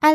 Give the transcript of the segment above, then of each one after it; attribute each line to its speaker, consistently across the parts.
Speaker 1: 艾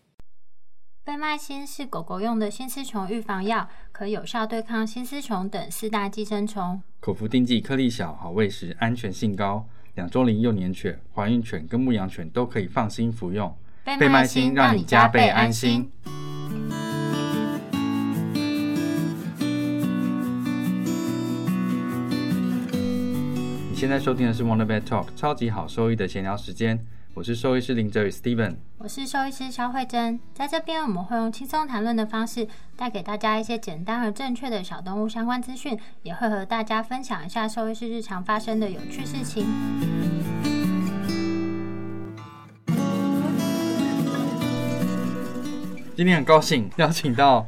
Speaker 1: 贝麦星是狗狗用的新丝虫预防药，可有效对抗新丝虫等四大寄生虫。
Speaker 2: 口服定剂颗粒小，好喂食，安全性高。两周龄幼年犬、怀孕犬跟牧羊犬都可以放心服用。
Speaker 1: 贝
Speaker 2: 贝麦星让你加倍安心。。你现在收听的是 Wonder Vet Talk 超级好兽医的闲聊时间，我是兽医师林哲宇 Steven。
Speaker 1: 我是兽医师肖慧珍，在这边我们会用轻松谈论的方式，带给大家一些简单而正确的小动物相关资讯，也会和大家分享一下兽医师日常发生的有趣事情。
Speaker 2: 今天很高兴邀请到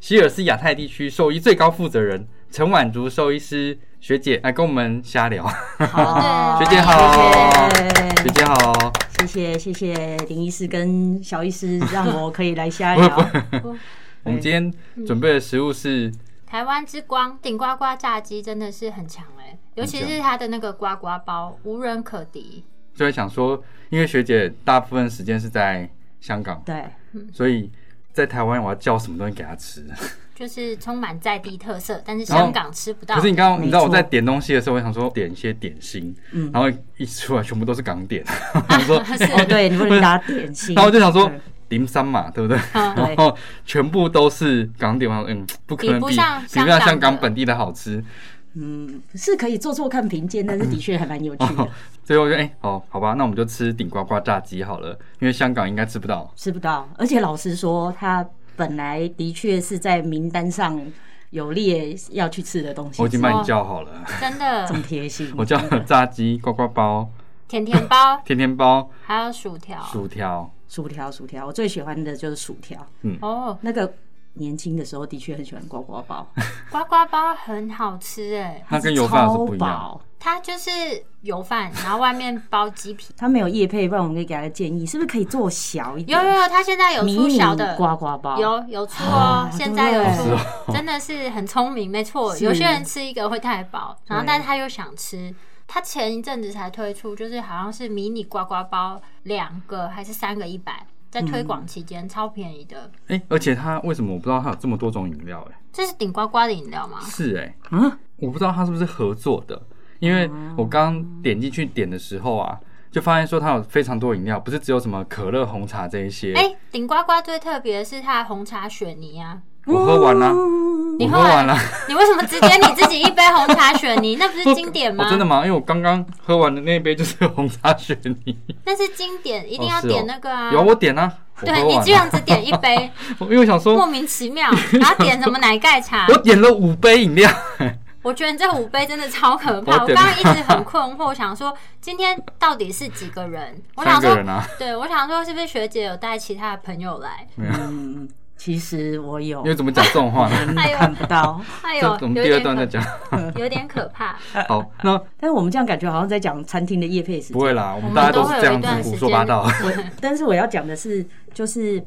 Speaker 2: 希尔斯亚太地区兽医最高负责人陈婉竹兽医师学姐来跟我们瞎聊。
Speaker 1: 好
Speaker 2: 学姐好学姐好，
Speaker 3: 谢谢谢谢林医师跟小医师，让我可以来 瞎聊。
Speaker 2: 我们今天准备的食物是
Speaker 1: 台湾之光顶呱呱炸鸡真的是很强哎、尤其是它的那个呱呱包，无人可敌。
Speaker 2: 就会想说，因为学姐大部分时间是在香港，
Speaker 3: 对，
Speaker 2: 所以在台湾我要叫什么东西给她吃。
Speaker 1: 就是充满在地特色，但是
Speaker 2: 然后
Speaker 1: 香港吃不到。
Speaker 2: 可是你刚刚你知道
Speaker 3: 没
Speaker 2: 我
Speaker 3: 错
Speaker 2: 在点东西的时候，我想说点一些点心，然后一出来全部都是港点，我 说，
Speaker 3: 哦对，你不能打点心。
Speaker 2: 然后我就想说
Speaker 3: 对。
Speaker 2: 零三嘛，对不对？
Speaker 1: 嗯
Speaker 2: 然后全部都是港点，我想嗯，不可能
Speaker 1: 比不
Speaker 2: 比
Speaker 1: 上
Speaker 2: 比不
Speaker 1: 香港
Speaker 2: 上
Speaker 1: 的
Speaker 2: 香港本地的好吃，
Speaker 3: 嗯，是可以做做看评鉴，但是的确还蛮有趣的
Speaker 2: 哦，所以我就哎、哦，好吧，那我们就吃顶呱呱炸鸡好了，因为香港应该吃不到。
Speaker 3: 吃不到。而且老实说，它本来的确是在名单上有列要去吃的东西
Speaker 2: 我已，经帮你叫好了，
Speaker 1: 真 的
Speaker 3: 这么贴心。
Speaker 2: 我叫了炸鸡、呱呱包、，
Speaker 1: 甜甜包
Speaker 2: 甜甜包、
Speaker 1: 还有薯条
Speaker 2: 薯条。
Speaker 3: 薯条，薯条，我最喜欢的就是薯条。
Speaker 1: 哦，
Speaker 3: 那个年轻的时候的确很喜欢呱呱 包，
Speaker 1: 呱呱包很好吃哎、
Speaker 2: 那跟油饭是不一
Speaker 3: 超
Speaker 2: 样。
Speaker 3: 饱
Speaker 1: 它就是油饭，然后外面包鸡皮。
Speaker 3: 它没有叶配，不然我们可以给他建议，是不是可以做小一
Speaker 1: 有
Speaker 3: 点？
Speaker 1: 有有，它现在有
Speaker 3: 迷
Speaker 1: 出
Speaker 3: 你
Speaker 1: 小的
Speaker 3: 呱呱包，嗯
Speaker 1: 有有出哦，现在有
Speaker 3: 对哦
Speaker 1: 出，真的是很聪明，没错。
Speaker 3: 是
Speaker 1: 有些人吃一个会太饱，然后
Speaker 3: 对
Speaker 1: 但是他又想吃。他前一阵子才推出，就是好像是迷你呱呱包两个还是三个一百，在推广期间、超便宜的。
Speaker 2: 哎、而且它为什么我不知道它有这么多种饮料、哎，
Speaker 1: 这是顶呱呱的饮料吗？
Speaker 2: 是哎、
Speaker 3: 啊，
Speaker 2: 我不知道它是不是合作的，因为我刚点进去点的时候啊，就发现说它有非常多饮料，不是只有什么可乐、红茶这一些。
Speaker 1: 哎、顶呱呱最特别的是它的红茶雪泥啊！
Speaker 2: 我喝完了、
Speaker 1: 你
Speaker 2: 我
Speaker 1: 喝
Speaker 2: 喝完了。
Speaker 1: 你为什么只点你自己一杯红茶雪泥？那不是经典吗？
Speaker 2: 哦真的吗？因为我刚刚喝完的那一杯就是红茶雪泥，
Speaker 1: 那是经典，一定要
Speaker 2: 哦是哦
Speaker 1: 点那个啊！
Speaker 2: 有我点啊，我
Speaker 1: 对
Speaker 2: 喝
Speaker 1: 你
Speaker 2: 完
Speaker 1: 居然
Speaker 2: 了，
Speaker 1: 只点一杯，
Speaker 2: 因为我想
Speaker 1: 莫
Speaker 2: 说，
Speaker 1: 名其妙，然后点什么奶盖茶
Speaker 2: 我？点了五杯饮料，
Speaker 1: 我觉得这五杯真的超可怕，我刚
Speaker 2: 我点
Speaker 1: 刚一直很困惑，想说今天到底是几个人？我想
Speaker 2: 三个
Speaker 1: 说
Speaker 2: 人，啊，
Speaker 1: 对我想说是不是学姐有带其他的朋友 来？
Speaker 3: 嗯，其实我有
Speaker 2: 因，为怎么讲这种话呢？
Speaker 1: 哎呦
Speaker 3: 看不到。
Speaker 1: 哎
Speaker 2: 这
Speaker 1: 呦，
Speaker 2: 我们
Speaker 1: 有
Speaker 2: 第二
Speaker 1: 点
Speaker 2: 段再
Speaker 1: 可
Speaker 2: 讲。
Speaker 1: 有点可怕。
Speaker 2: 好，那
Speaker 3: 但是我们这样感觉好像在讲餐厅的叶配时
Speaker 2: 不
Speaker 3: 间。
Speaker 2: 会啦，我们 大家都是这样子胡说八道。
Speaker 3: 我但是我要讲的是，就是。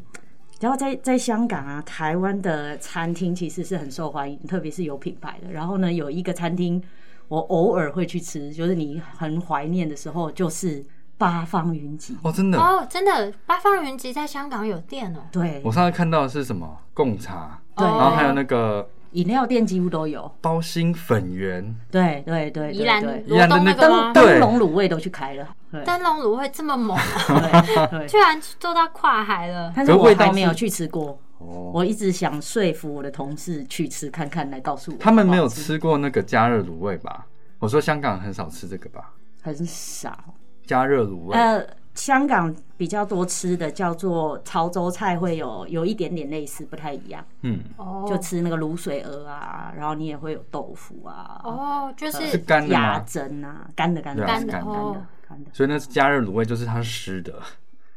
Speaker 3: 然后在在香港啊，台湾的餐厅其实是很受欢迎，特别是有品牌的。然后呢，有一个餐厅我偶尔会去吃，就是你很怀念的时候，就是八方云集。
Speaker 2: 哦，真 的，
Speaker 1: 哦，真的，八方云集在香港有店哦。
Speaker 3: 对
Speaker 2: 我，上次看到的是什么贡茶，
Speaker 3: 对
Speaker 2: 然后还有
Speaker 1: 哦
Speaker 2: 那个
Speaker 3: 饮料店几乎都有。
Speaker 2: 包心粉圆，
Speaker 3: 对对对
Speaker 1: 哦宜
Speaker 3: 对
Speaker 1: 兰
Speaker 3: 对，
Speaker 1: 罗东那个吗
Speaker 3: 灯？
Speaker 2: 对
Speaker 3: 灯笼卤味都去开了。对
Speaker 1: 灯笼卤会这么猛啊，
Speaker 3: 对对
Speaker 1: 居然做到跨海了。
Speaker 3: 但是
Speaker 2: 可是
Speaker 3: 我
Speaker 2: 味道
Speaker 3: 还没有
Speaker 2: 是
Speaker 3: 去吃过，
Speaker 2: 哦，
Speaker 3: 我一直想说服我的同事去吃看看，来告诉我。
Speaker 2: 他们没有，吃过那个加热卤味吧？我说香港很少吃这个吧，
Speaker 3: 很少。
Speaker 2: 加热卤味。
Speaker 3: 呃，香港比较多吃的叫做潮州菜，会有有一点点类似，不太一样，
Speaker 2: 嗯，
Speaker 1: 哦，
Speaker 3: 就吃那个卤水鹅啊，然后你也会有豆腐啊、
Speaker 1: 哦，就是
Speaker 2: 是干的
Speaker 3: 鸭
Speaker 2: 吗？
Speaker 3: 胗啊，干的干的
Speaker 2: 对啊是干
Speaker 3: 干的
Speaker 1: 的
Speaker 3: 干
Speaker 1: 哦
Speaker 3: 的干的。
Speaker 2: 所以那是加热卤味，就是它是湿的。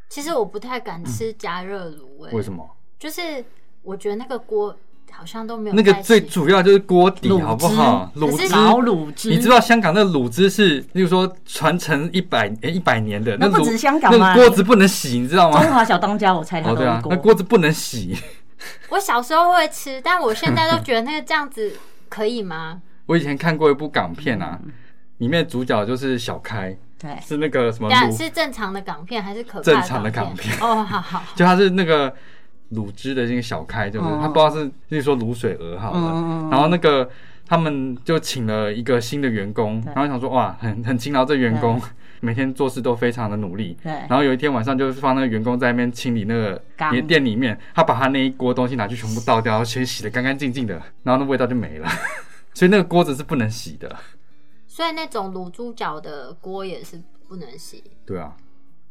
Speaker 1: 其实我不太敢吃加热卤味，
Speaker 2: 为什么？
Speaker 1: 就是我觉得那个锅好像都没有
Speaker 2: 那个
Speaker 1: 在
Speaker 2: 最
Speaker 1: 吃
Speaker 2: 主要就是锅底，
Speaker 3: 卤汁
Speaker 2: 好不好？卤
Speaker 1: 可是
Speaker 2: 汁，
Speaker 3: 老卤汁，
Speaker 2: 你知道香港的卤汁是，例如说传承一百一百年的，
Speaker 3: 那
Speaker 2: 卤
Speaker 3: 不止香港
Speaker 2: 那
Speaker 3: 吗
Speaker 2: 个锅子不能洗，你知道
Speaker 3: 中
Speaker 2: 吗？
Speaker 3: 华小当家，我猜他
Speaker 2: 哦，
Speaker 3: 都
Speaker 2: 对啊
Speaker 3: 用，
Speaker 2: 那
Speaker 3: 过。
Speaker 2: 锅子不能洗。
Speaker 1: 我小时候会吃，但我现在都觉得那个这样子可以 吗？
Speaker 2: 我以前看过一部港片啊，
Speaker 3: 嗯
Speaker 2: 里面主角就是小开，
Speaker 3: 对，
Speaker 2: 是那个什么
Speaker 1: 对啊，
Speaker 2: 卤，
Speaker 1: 是正常的港片还是可怕
Speaker 2: 正常的
Speaker 1: 港
Speaker 2: 港片
Speaker 1: 哦，好好，
Speaker 2: 就他是那个卤汁的那个小开，就是、
Speaker 3: 哦
Speaker 2: 他不知道是，例如说卤水鹅好了，
Speaker 3: 嗯嗯嗯
Speaker 2: 然后那个他们就请了一个新的员工，
Speaker 3: 对
Speaker 2: 然后想说哇，很很勤劳这员工，每天做事都非常的努力。
Speaker 3: 对
Speaker 2: 然后有一天晚上，就是放那个员工在那边清理那个
Speaker 3: 缸
Speaker 2: 你的店里面，他把他那一锅东西拿去全部倒掉，然后先洗的干干净净的，然后那味道就没了。 所以那个锅子是不能洗的。
Speaker 1: 所以那种卤猪脚的锅也是不能洗，
Speaker 2: 对啊，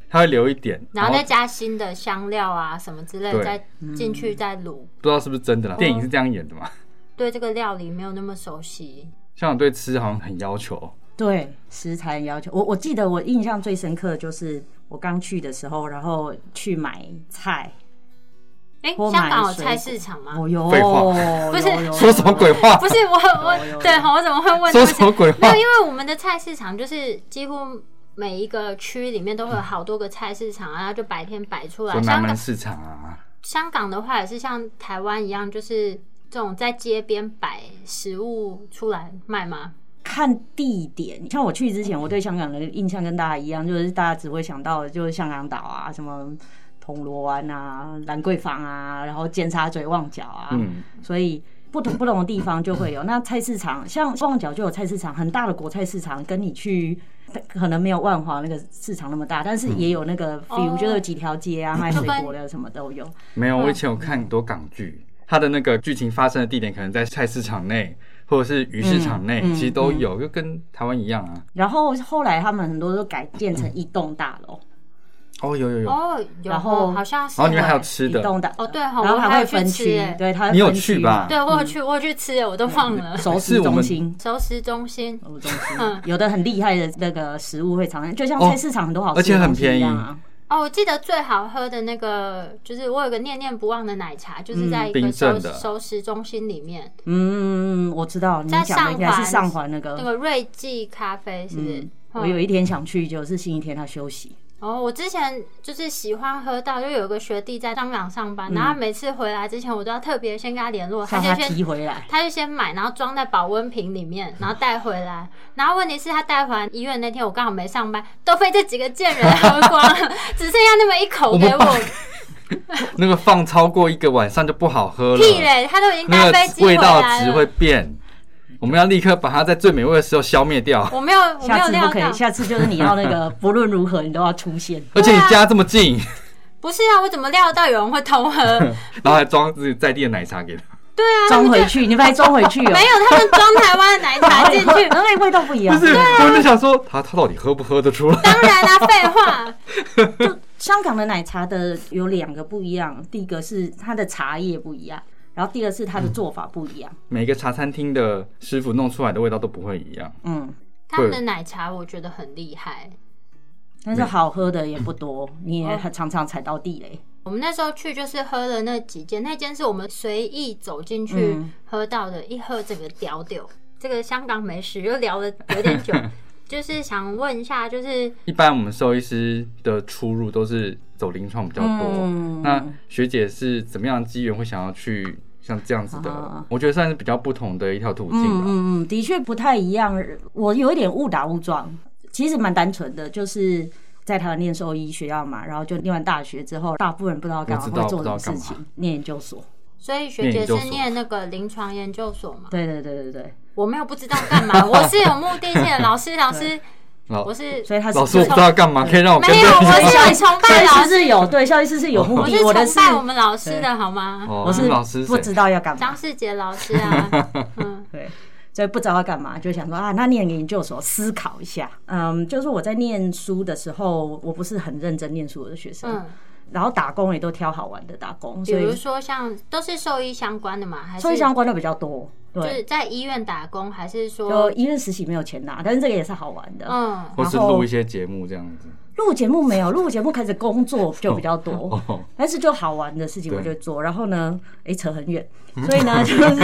Speaker 2: 他会留一点，
Speaker 1: 然后再加新的香料啊什么之类，
Speaker 2: 对
Speaker 1: 再进去再卤。
Speaker 2: 不知道是不是
Speaker 1: 哦
Speaker 2: 真的啦，电影是这样演的嘛。
Speaker 1: 对这个料理没有那么熟悉，
Speaker 2: 香港对吃好像很要
Speaker 1: 哦
Speaker 2: 求，
Speaker 3: 对食材要求，我我记得我印象最深刻的就是我刚去的时候，然后去买菜，
Speaker 1: 哎、
Speaker 3: 我买
Speaker 1: 香港有
Speaker 3: 水
Speaker 1: 菜市场吗？
Speaker 3: 哦哟，
Speaker 2: 废话
Speaker 3: 有
Speaker 1: 不是
Speaker 3: 有 有
Speaker 2: 说什么鬼话？
Speaker 1: 不是我
Speaker 3: 有有有
Speaker 1: 我对哈，我怎么会问这
Speaker 2: 说
Speaker 1: 个
Speaker 2: 什么鬼
Speaker 1: 没
Speaker 2: 话
Speaker 1: 有，？因为我们的菜市场就是几乎每一个区里面都会有好多个菜市场啊，然后就白天摆出来。
Speaker 2: 说南
Speaker 1: 香
Speaker 2: 门
Speaker 1: 港
Speaker 2: 市场啊，
Speaker 1: 香港的话也是像台湾一样，就是这种在街边摆食物出来卖吗？
Speaker 3: 看地点，像我去之前，我对香港的印象跟大家一样，就是大家只会想到的就是香港岛啊，什么铜锣湾啊、兰桂坊啊，然后尖沙咀、旺角啊，
Speaker 2: 嗯，
Speaker 3: 所以不同不同的地方就会有。那菜市场，像旺角就有菜市场，很大的国菜市场，跟你去可能没有万华那个市场那么大，但是也有那个 feel，、
Speaker 1: 哦
Speaker 3: 就是有几条街啊，卖水
Speaker 1: 跟
Speaker 3: 果的什么都有。
Speaker 2: 没有，
Speaker 1: 嗯
Speaker 2: 我以前有看很多港剧，它的那个剧情发生的地点可能在菜市场内。或者是鱼市场内，
Speaker 3: 嗯嗯
Speaker 2: 其实都有，就跟台湾一样啊。
Speaker 3: 然后后来他们很多都改建成一栋大楼，
Speaker 2: 哦，有有有，
Speaker 1: 哦，有
Speaker 3: 然后
Speaker 1: 好像是
Speaker 2: 然后里面还有
Speaker 1: 欸
Speaker 2: 吃
Speaker 3: 一
Speaker 2: 的，
Speaker 3: 栋大
Speaker 1: 哦对哦
Speaker 3: 然后
Speaker 1: 我
Speaker 3: 还
Speaker 1: 还有
Speaker 3: 会
Speaker 1: 去
Speaker 3: 分
Speaker 1: 吃
Speaker 3: 区
Speaker 1: 欸，
Speaker 3: 对，它会
Speaker 2: 你有
Speaker 3: 分
Speaker 2: 去
Speaker 3: 区
Speaker 2: 吧
Speaker 3: 嘛？
Speaker 1: 对，我有去，我有去吃，我都忘了。
Speaker 3: 熟
Speaker 2: 是
Speaker 3: 食
Speaker 2: 我们
Speaker 3: 中心。
Speaker 1: 熟食中心，
Speaker 3: 熟食中心
Speaker 1: 嗯
Speaker 3: 有的很厉害的那个食物会常，就像
Speaker 2: 哦
Speaker 3: 菜市场很多好
Speaker 2: 而
Speaker 3: 吃
Speaker 2: 且
Speaker 3: 的
Speaker 2: 很
Speaker 3: 东西一样啊。
Speaker 1: 哦，我记得最好喝的那个，就是我有个念念不忘的奶茶，就是
Speaker 2: 嗯
Speaker 1: 在一个
Speaker 2: 冰
Speaker 1: 熟
Speaker 2: 镇的
Speaker 1: 熟食中心里面，
Speaker 3: 嗯，我知道你
Speaker 1: 在
Speaker 3: 讲的应该是
Speaker 1: 上
Speaker 3: 上
Speaker 1: 环
Speaker 3: 环
Speaker 2: 嗯
Speaker 3: 那
Speaker 1: 那
Speaker 3: 个。
Speaker 1: 个瑞记咖啡是不是？嗯
Speaker 3: 我有一天想去，就是星期天他休息，
Speaker 1: 哦，我之前就是喜欢喝到，就有个学弟在香港上班，然后每次回来之前，我都要特别先跟他联络，哦他
Speaker 3: 让
Speaker 1: 就
Speaker 3: 嗯他
Speaker 1: 先
Speaker 3: 提回来。
Speaker 1: 他就先买，然后装在保温瓶里面，然后带回来。然后问题是，他带回来医院那天我刚好没上班，都被这几个贱人喝光 了，只剩下那么一口给
Speaker 2: 我
Speaker 1: 我。
Speaker 2: 那个放超过一个晚上就不好喝了。
Speaker 1: 屁嘞，他都已经
Speaker 2: 那
Speaker 1: 搭飞
Speaker 2: 个
Speaker 1: 机回
Speaker 2: 味道
Speaker 1: 来
Speaker 2: 值会
Speaker 1: 了。
Speaker 2: 变。我们要立刻把它在最美味的时候消灭掉，
Speaker 1: 我没有，我没
Speaker 3: 下
Speaker 1: 有
Speaker 3: 次不
Speaker 1: 料
Speaker 3: 可
Speaker 1: 到
Speaker 3: 以，。下次就是你要那个， 不论如何你都要出现。
Speaker 2: 而且你家这么近，
Speaker 1: 不是啊，我怎么料到有人会偷 喝？
Speaker 2: 然后还装自己在地的奶茶给他，
Speaker 1: 对啊， 他
Speaker 3: 装
Speaker 1: 们就
Speaker 3: 回去，你把它装回去哦。
Speaker 1: 没有，他们装台湾的奶茶 进去。
Speaker 3: 哎，味道不一
Speaker 2: 不
Speaker 3: 样。
Speaker 2: 是，我就想说他他到底喝不喝得出来？
Speaker 1: 当然啦、废话。
Speaker 3: 就香港的奶茶的有两个不一样，第一个是它的茶叶不一样，然后第二是它的做法不一样。
Speaker 2: 每个茶餐厅的师傅弄出来的味道都不会一样，
Speaker 3: 嗯，
Speaker 1: 他们的奶茶我觉得很厉害。
Speaker 3: 但是好喝的也不多，你
Speaker 1: 哦
Speaker 3: 也很常常踩到地雷。
Speaker 1: 我们那时候去就是喝了那几间，那间是我们随意走进去
Speaker 3: 嗯
Speaker 1: 喝到的，一喝整个屌屌。这个香港美食又聊了有点 久，就是想问一下，就是
Speaker 2: 一般我们兽医师的出入都是走临床比较多。
Speaker 3: 嗯
Speaker 2: 那学姐是怎么样的机缘会想要去像这样子的？
Speaker 3: 啊
Speaker 2: 我觉得算是比较不同的一条途径吧。
Speaker 3: 嗯嗯嗯，的确不太一样。我有一点误打误撞，其实蛮单纯的，就是在台湾念兽医学校嘛，然后就念完大学之后，大部分人不知道干嘛
Speaker 2: 我知道
Speaker 3: 会做什
Speaker 2: 不知
Speaker 3: 么
Speaker 2: 道
Speaker 3: 事
Speaker 2: 干嘛
Speaker 3: 情，念研究所。
Speaker 1: 所以学姐
Speaker 2: 念研究
Speaker 1: 是
Speaker 2: 所
Speaker 1: 念那个临床研究所嘛？
Speaker 3: 对对对对对，
Speaker 1: 我没有不知道干嘛，我是有目的性的。老师， 老师，
Speaker 2: 老
Speaker 1: 我是
Speaker 3: 所以他是哦
Speaker 2: 老师我不知道
Speaker 3: 嗯
Speaker 2: 干嘛，可以让我跟
Speaker 1: 没有
Speaker 2: 着你
Speaker 1: 我
Speaker 2: 吗
Speaker 1: 是很崇拜
Speaker 3: 校
Speaker 1: 老
Speaker 3: 医师
Speaker 1: 师哦
Speaker 3: 是，有对校医师是有目
Speaker 1: 我
Speaker 3: 的，
Speaker 1: 是
Speaker 3: 我的
Speaker 1: 崇
Speaker 3: 是
Speaker 1: 拜我们老师的好吗？
Speaker 2: 哦
Speaker 3: 我是
Speaker 2: 老师
Speaker 3: 不
Speaker 2: 谁
Speaker 3: 知道要干
Speaker 1: 张
Speaker 3: 嘛，
Speaker 1: 世杰老师 啊，嗯，
Speaker 3: 对。所以不知道要干嘛，就想说啊，那念研究所思考一下。嗯，就是我在念书的时候，我不是很认真念书的学生，
Speaker 1: 嗯，
Speaker 3: 然后打工也都挑好玩的打工，
Speaker 1: 比
Speaker 3: 所以
Speaker 1: 如说像都是兽医相关的嘛，还是
Speaker 3: 所以相关的比较多。
Speaker 1: 就
Speaker 3: 对，
Speaker 1: 是在医院打工，还是
Speaker 3: 就
Speaker 1: 说
Speaker 3: 医院实习没有钱拿，但是这个也是好玩的。
Speaker 1: 嗯
Speaker 2: 或是
Speaker 3: 然后
Speaker 2: 录一些节目这样子，
Speaker 3: 录节目没有，录节目开始工作就比较多，
Speaker 2: 哦，
Speaker 3: 但是就好玩的事情我就
Speaker 2: 对嗯
Speaker 3: 做。然后呢，诶，扯很远，所 以呢，就是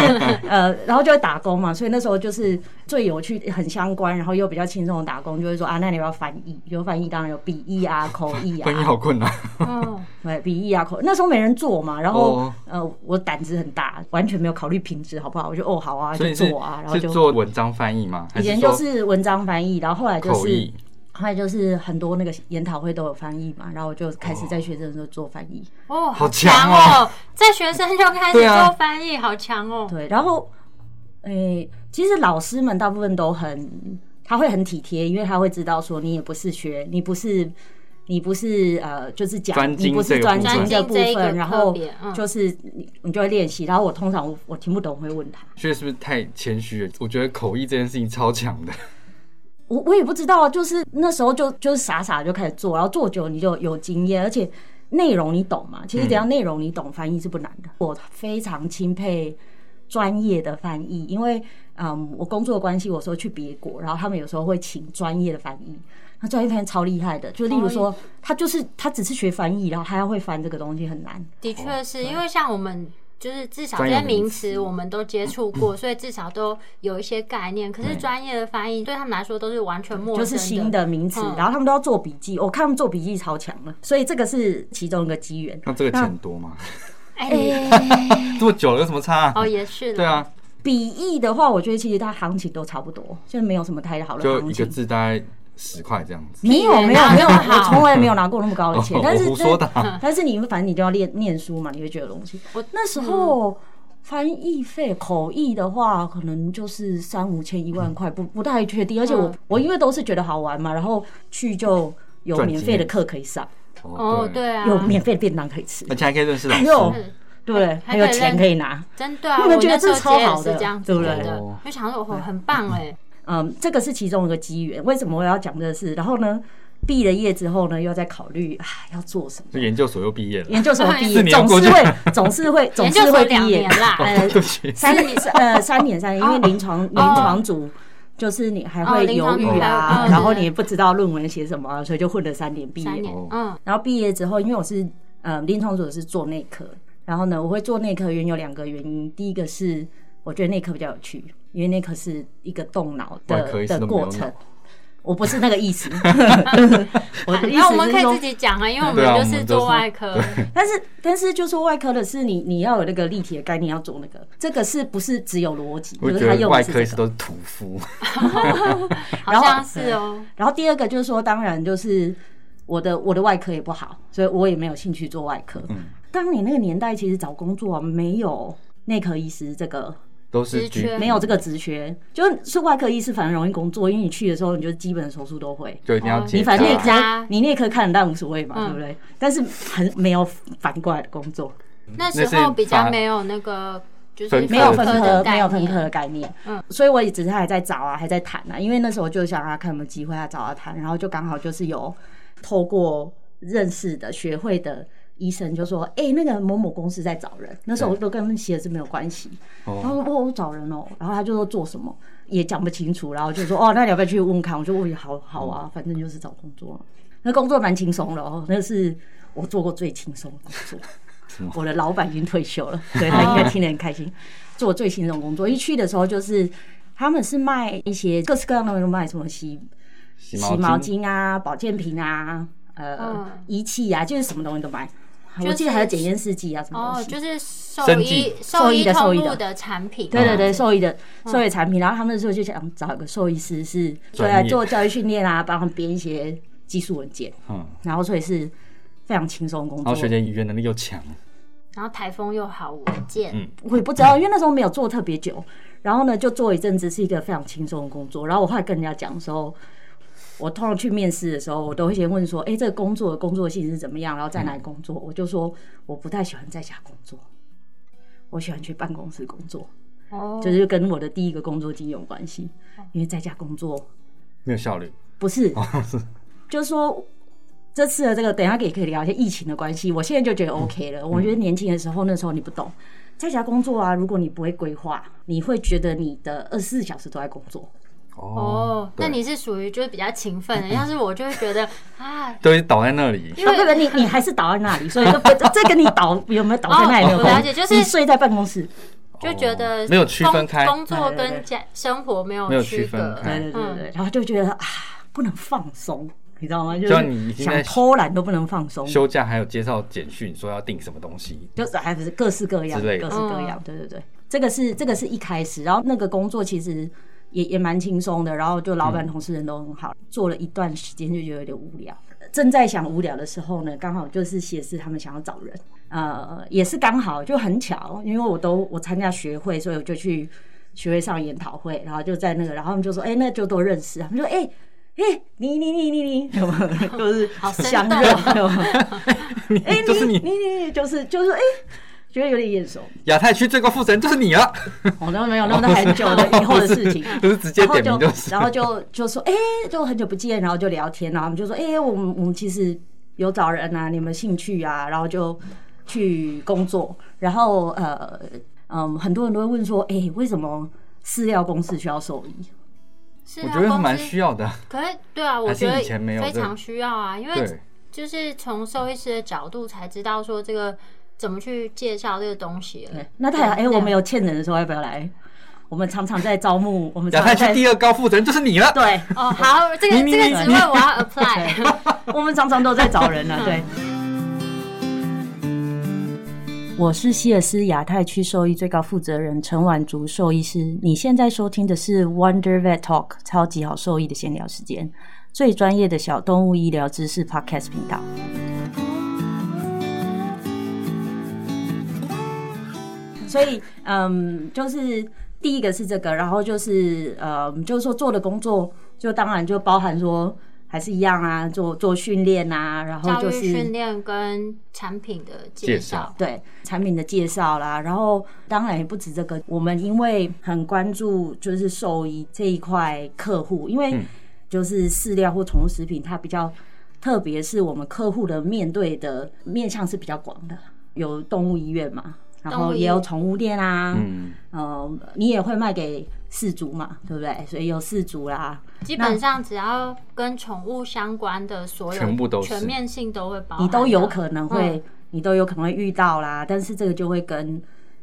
Speaker 3: 呃，然后就会打工嘛，所以那时候就是最有趣、很相关，然后又比较轻松的打工，就是说啊，那你要不要翻译？有翻译当然有笔译啊、口译啊，
Speaker 2: 婚姻好困难，
Speaker 1: 哦，
Speaker 3: 对，笔译啊，口那时候没人做嘛，然后、
Speaker 2: 哦
Speaker 3: 呃，我胆子很大，完全没有考虑品质好不好，我就哦好啊，
Speaker 2: 所
Speaker 3: 就
Speaker 2: 以是
Speaker 3: 做啊，然后
Speaker 2: 是
Speaker 3: 就
Speaker 2: 做文章翻译吗？还
Speaker 3: 以前
Speaker 2: 说
Speaker 3: 就是文章翻译，然后后来就
Speaker 2: 口
Speaker 3: 是
Speaker 2: 译？
Speaker 3: 后来就是很多那个研讨会都有翻译嘛，然后我就开始在学生的时候做翻译，
Speaker 1: 哦，
Speaker 2: 好强
Speaker 1: 强
Speaker 2: 哦！
Speaker 1: 在学生就开始
Speaker 2: 对啊
Speaker 1: 做翻译，好强哦！
Speaker 3: 对，然后诶、其实老师们大部分都很他会很体贴，因为他会知道说你也不是学，你不是。你不是呃，就是讲
Speaker 2: 专精
Speaker 3: 你不
Speaker 2: 这
Speaker 3: 是
Speaker 2: 个
Speaker 3: 专
Speaker 2: 部分
Speaker 3: 精的部
Speaker 1: 专精这一个
Speaker 3: 分，然后
Speaker 1: 特别嗯
Speaker 3: 就是你你就会练习。然后我通常我我听不懂会问他，
Speaker 2: 所以是不是太谦虚了？我觉得口译这件事情超强的，
Speaker 3: 我我也不知道啊，就是那时候就就是傻傻就开始做，然后做久了你就有经验，而且内容你懂嘛。其实只要内容你懂，翻译是不难的。我非常钦佩专业的翻译，因为嗯，我工作的关系，我说去别国，然后他们有时候会请专业的翻译。那专业翻译超厉害的，就例如说，他就是他只是学翻译，然后他要会翻这个东西很难。
Speaker 1: 的确是因为像我们。就是至少这
Speaker 2: 专有
Speaker 1: 些
Speaker 2: 的名
Speaker 1: 名词我们都接 触过，所以至少都有一些概念。可是
Speaker 2: 对
Speaker 1: 专业的翻译对他们来说都是完全陌生
Speaker 3: 就
Speaker 1: 的，
Speaker 3: 是新的名词，
Speaker 1: 嗯
Speaker 3: 然后他们都要做笔记，我看他们做笔记超强了，所以这个是其中一个机缘。
Speaker 2: 那这个钱多吗？
Speaker 1: 哎、
Speaker 2: 做久了有什么差、
Speaker 1: 哦，也是啦
Speaker 2: 对，啊，
Speaker 3: 笔译的话，我觉得其实它行情都差不多，就是没有什么太好的
Speaker 2: 就
Speaker 3: 行
Speaker 2: 一个
Speaker 3: 情。
Speaker 2: 字大概十块这样子。。
Speaker 3: 没有没有
Speaker 1: 哪
Speaker 3: 没有，
Speaker 1: 那么好
Speaker 3: 我从来没有拿过那么高的钱 但是
Speaker 2: 我胡说的啊，
Speaker 3: 但是你反正你就要念念书嘛，你会觉得有东西。
Speaker 1: 我嗯
Speaker 3: 那时候翻译费、口译的话，可能就是三五千、一万块，不不太确定。而且我
Speaker 1: 嗯
Speaker 3: 我因为都是觉得好玩嘛，然后去就有
Speaker 2: 赚
Speaker 3: 免费的
Speaker 2: 经验
Speaker 3: 课可以上，
Speaker 1: 哦，，对啊，
Speaker 3: 有免费的便当可以吃，
Speaker 2: 而且还可以认识老
Speaker 3: 还有
Speaker 2: 师。
Speaker 3: 对，
Speaker 1: 还可
Speaker 3: 还
Speaker 1: 以
Speaker 3: 有钱
Speaker 1: 认
Speaker 3: 可以拿。
Speaker 1: 真对啊，
Speaker 3: 你们
Speaker 1: 我
Speaker 3: 觉得
Speaker 1: 那时
Speaker 3: 这
Speaker 1: 候
Speaker 3: 超
Speaker 1: 接也
Speaker 3: 好
Speaker 1: 是
Speaker 3: 的
Speaker 1: 这样子
Speaker 3: 对不
Speaker 1: 觉
Speaker 3: 对
Speaker 2: 哦
Speaker 1: 得，就想说我很棒哎，
Speaker 3: 嗯，这个是其中一个机缘。为什么我要讲这个事？然后呢，毕了业之后呢，又在考虑啊要做什么。
Speaker 2: 就研究所又毕业了，
Speaker 3: 研究所毕
Speaker 2: 四
Speaker 3: 业
Speaker 2: 年
Speaker 3: 总
Speaker 2: 过去哦
Speaker 3: 是会总是会
Speaker 1: 研
Speaker 3: 总
Speaker 1: 究
Speaker 3: 是
Speaker 1: 所
Speaker 3: 会毕
Speaker 1: 两
Speaker 3: 业
Speaker 1: 年， 啦，
Speaker 3: 呃，
Speaker 2: 对不起，
Speaker 3: 三年呃三年三年，因为临床临床组。就是你还
Speaker 1: 哦
Speaker 3: 会
Speaker 1: 临
Speaker 3: 犹
Speaker 1: 床
Speaker 3: 豫
Speaker 1: 组还
Speaker 3: 啊
Speaker 1: 有，嗯
Speaker 3: 然后
Speaker 1: 对
Speaker 3: 你也不知道论文写什么啊，所以就混了三年毕业
Speaker 1: 三。年
Speaker 2: 哦，
Speaker 1: 嗯，
Speaker 3: 然后毕业之后，因为我是呃临床组是做内科，然后呢，我会做内科原因有两个原因，第一个是我觉得内科比较有趣，因为内科是一个动脑
Speaker 2: 外
Speaker 3: 的
Speaker 2: 科医生
Speaker 3: 的
Speaker 2: 都没有
Speaker 3: 过程
Speaker 2: 脑。
Speaker 3: 我不是那个 意思，我的意
Speaker 1: 那我们
Speaker 3: 思
Speaker 1: 可
Speaker 3: 是
Speaker 1: 以自
Speaker 3: 说，
Speaker 1: 己讲啊，因为我
Speaker 2: 对啊
Speaker 1: 们就
Speaker 2: 我
Speaker 1: 是
Speaker 2: 们都
Speaker 1: 做
Speaker 2: 是
Speaker 1: 外科，
Speaker 3: 但是但是就说外科的是你你要有那个立体的概念，要做那个，这个是不是只有逻辑？
Speaker 2: 我
Speaker 3: 就
Speaker 2: 觉
Speaker 3: 是他
Speaker 2: 得
Speaker 3: 用的
Speaker 2: 外
Speaker 3: 是
Speaker 2: 科医
Speaker 3: 这
Speaker 2: 师
Speaker 3: 个。
Speaker 2: 都是屠夫，
Speaker 1: 好
Speaker 3: 然后
Speaker 1: 像是哦，
Speaker 3: 然后第二个就是说，当然就是我的我的外科也不好，所以我也没有兴趣做外科。当年那个年代，其实找工作、啊、没有内科医师这个
Speaker 2: 都是
Speaker 1: 职缺
Speaker 3: 没有这个职缺，就是外科医师反而容易工作，因为你去的时候你就基本的手术都会。
Speaker 2: 就一定要
Speaker 1: 哦
Speaker 2: 结
Speaker 3: 你
Speaker 2: 扎
Speaker 3: 反正
Speaker 1: 结
Speaker 3: 也
Speaker 1: 扎
Speaker 3: 只要你内科看得到无所谓嘛，
Speaker 1: 嗯
Speaker 3: 对不对？但是很没有反过来的工作，
Speaker 1: 那时
Speaker 2: 那
Speaker 1: 候
Speaker 2: 是
Speaker 1: 比较
Speaker 2: 法
Speaker 1: 没有那个就是
Speaker 2: 分科
Speaker 3: 没有分
Speaker 1: 科
Speaker 3: 科
Speaker 1: 的，
Speaker 3: 没有
Speaker 1: 概
Speaker 3: 分
Speaker 1: 念
Speaker 3: 科的概念。
Speaker 1: 嗯
Speaker 3: 嗯，所以我也只是还在找啊，还在谈啊，因为那时候就想啊，看有没有机会啊，找他谈，然后就刚好就是有透过认识的学会的。医生就说：“哎、那个某某公司在找人，那时候我都跟写字没有关系。然后
Speaker 2: 哦，
Speaker 3: 我说：‘哦，我找人哦。’然后他就说做什么也讲不清楚，然后就说：‘哦，那你要不要去问看？’我就问：‘好好
Speaker 2: 嗯
Speaker 3: 啊，反正就是找工作。’那工作蛮轻松的哦，那是我做过最轻松的工作。我的老板已经退休 了，所以他应该听得很开心。做最新这种工作，一去的时候就是他们是卖一些各式各样的，都卖什么洗
Speaker 2: 洗
Speaker 3: 洗
Speaker 2: 毛
Speaker 3: 毛
Speaker 2: 巾，
Speaker 3: 巾啊、保健品啊、呃
Speaker 1: 嗯
Speaker 3: 仪器啊，就是什么东西都卖。
Speaker 1: 就是
Speaker 3: 我记得还有检验试剂啊，什么
Speaker 1: 哦
Speaker 3: 东，西。
Speaker 1: 就是兽
Speaker 2: 生
Speaker 1: 医
Speaker 2: 计
Speaker 1: 兽
Speaker 3: 兽医的兽
Speaker 1: 通
Speaker 3: 医的
Speaker 1: 路的产品，
Speaker 3: 对对对，
Speaker 1: 嗯
Speaker 3: 兽医的兽医产品，然后他们那时候就想找一个兽医师是
Speaker 2: 专
Speaker 3: 对
Speaker 2: 业
Speaker 3: 来做教育训练啊，帮他们编一些技术文件，
Speaker 2: 嗯，
Speaker 3: 然后所以是非常轻松的工
Speaker 2: 然后学
Speaker 3: 作。
Speaker 2: 姐语言能力又强，
Speaker 1: 然后台风又好稳
Speaker 2: 嗯
Speaker 1: 健，
Speaker 3: 我也不知道，因为那时候没有做特别久，然后呢就做一阵子，是一个非常轻松的工作。然后我后来跟人家讲的时候，我通常去面试的时候，我都会先问说：“哎、这个工作的工作性是怎么样？然后在哪里工
Speaker 2: 嗯
Speaker 3: 作？”我就说我不太喜欢在家工作，我喜欢去办公室工作，
Speaker 2: 嗯
Speaker 1: 哦，
Speaker 3: 就是跟我的第一个工作经验有关系，因为在家工作
Speaker 2: 没有效率，
Speaker 3: 不哦是，就是说这次的这个，等一下也可以聊一些疫情的关系。我现在就觉得 OK 了。我觉得年轻的时候，那时候你不懂，在家工作啊，如果你不会规划，你会觉得你的二十四小时都在工作。
Speaker 1: 哦，那
Speaker 2: 对
Speaker 1: 你是属于就是比较勤奋的，要是我就会觉 得啊，
Speaker 2: 都会倒在那里。
Speaker 1: 因
Speaker 3: 不不
Speaker 1: 为
Speaker 3: 不，你你还是倒在那里，所以就 不这跟你倒有没有倒在那里没有
Speaker 1: 哦
Speaker 3: 关
Speaker 1: 我了
Speaker 3: 系
Speaker 1: 解就是
Speaker 3: 你睡在办公室，
Speaker 1: 就觉得
Speaker 2: 哦没有区分开
Speaker 1: 工工作
Speaker 3: 对对对
Speaker 1: 跟家生活没有
Speaker 2: 没有
Speaker 1: 区
Speaker 2: 区分
Speaker 1: 隔，
Speaker 2: 开
Speaker 3: 对对对对，然后就觉得啊，不能放松，你知道吗？就
Speaker 2: 就你已
Speaker 3: 是
Speaker 2: 经在
Speaker 3: 想偷懒都不能放松，
Speaker 2: 休假还有接到简讯说要订什么东西，
Speaker 3: 就是还不是各式各样，
Speaker 2: 之类
Speaker 3: 各
Speaker 2: 的
Speaker 3: 式各样，
Speaker 1: 嗯
Speaker 3: 对对对，这个是这个是一开始，然后那个工作其实也也蛮轻松的，然后就老
Speaker 2: 嗯
Speaker 3: 板同事人都很好，做了一段时间就觉得有点无聊，正在想无聊的时候呢，刚好就是写诗他们想要找人，呃，也是刚好就很巧，因为我都我参加学会，所以我就去学会上研讨会，然后就在那个，然后他们就说，哎、那就都认识，他们说，哎、哎、你你你你你， 有没 有就是
Speaker 1: 好生
Speaker 3: 相
Speaker 1: 动
Speaker 3: 认
Speaker 1: 哦，
Speaker 3: 有没有哎、
Speaker 2: 就是
Speaker 3: 你
Speaker 2: 你
Speaker 3: 你你就是就是哎、觉得有 点眼熟，
Speaker 2: 亚太区最高负责人就是你啊！
Speaker 3: 哦，那没有，那都很久了以后的事情。
Speaker 2: 哦
Speaker 3: 啊
Speaker 2: 不 是直接
Speaker 3: 然后
Speaker 2: 点
Speaker 3: 就
Speaker 2: 名就是，
Speaker 3: 然后就就说，哎、就很久不见，然后就聊天，然后我们就说，哎、我们我们其实有找人啊，你们兴趣啊，然后就去工作，然后呃嗯，很多人都会问说，哎、为什么饲料公司需要兽医？
Speaker 1: 是
Speaker 2: 我
Speaker 1: 啊
Speaker 2: 觉得
Speaker 1: 公司
Speaker 2: 蛮需要的。
Speaker 1: 可是对啊，我
Speaker 2: 还是
Speaker 1: 觉得
Speaker 2: 以前没有
Speaker 1: 非
Speaker 2: 这
Speaker 1: 常需要啊，因为
Speaker 2: 对，
Speaker 1: 就是从兽医师的角度才知道说这个怎么去介绍这个东西了
Speaker 3: 对，那太好，哎、
Speaker 1: 对
Speaker 3: 我们有欠人的时候要不要来？我们常常在招募，我们
Speaker 2: 亚
Speaker 3: 常
Speaker 2: 太区
Speaker 3: 常在
Speaker 2: 第二高负责人就是你了。啊
Speaker 3: 对，
Speaker 1: 哦，好，这个
Speaker 2: 你
Speaker 1: 这个
Speaker 2: 你
Speaker 1: 职位我要 apply。
Speaker 3: 我们常常都在找人呢、啊对。我是希尔斯亚太区兽医最高负责人陈婉竹兽医师。你现在收听的是 Wonder Vet Talk 超级好兽医的闲聊时间，最专业的小动物医疗知识 Podcast 频道。所以，嗯，就是第一个是这个，然后就是呃，就是说做的工作，就当然就包含说还是一样啊，做做训练啊，然后
Speaker 1: 教
Speaker 3: 就
Speaker 1: 育
Speaker 3: 是
Speaker 1: 训练跟产品的介
Speaker 2: 介
Speaker 1: 绍
Speaker 2: 绍，
Speaker 3: 对产品的介绍啦，然后当然也不止这个，我们因为很关注就是兽医这一块客户，因为
Speaker 2: 嗯
Speaker 3: 就是饲料或宠物食品，它比较特别是我们客户的面对的面向是比较广的，有动物医院嘛，然
Speaker 1: 动物
Speaker 3: 后
Speaker 1: 医
Speaker 3: 也有宠物店啊，
Speaker 2: 嗯，
Speaker 3: 呃，你也会卖给饲主嘛，对不对？所以有饲主啦，
Speaker 1: 基本上只要跟宠物相关的所有
Speaker 2: 全部都是
Speaker 1: 全面性都会包含到，
Speaker 3: 你都有可能
Speaker 1: 嗯
Speaker 3: 会，你都有可能会遇到啦。但是这个就会跟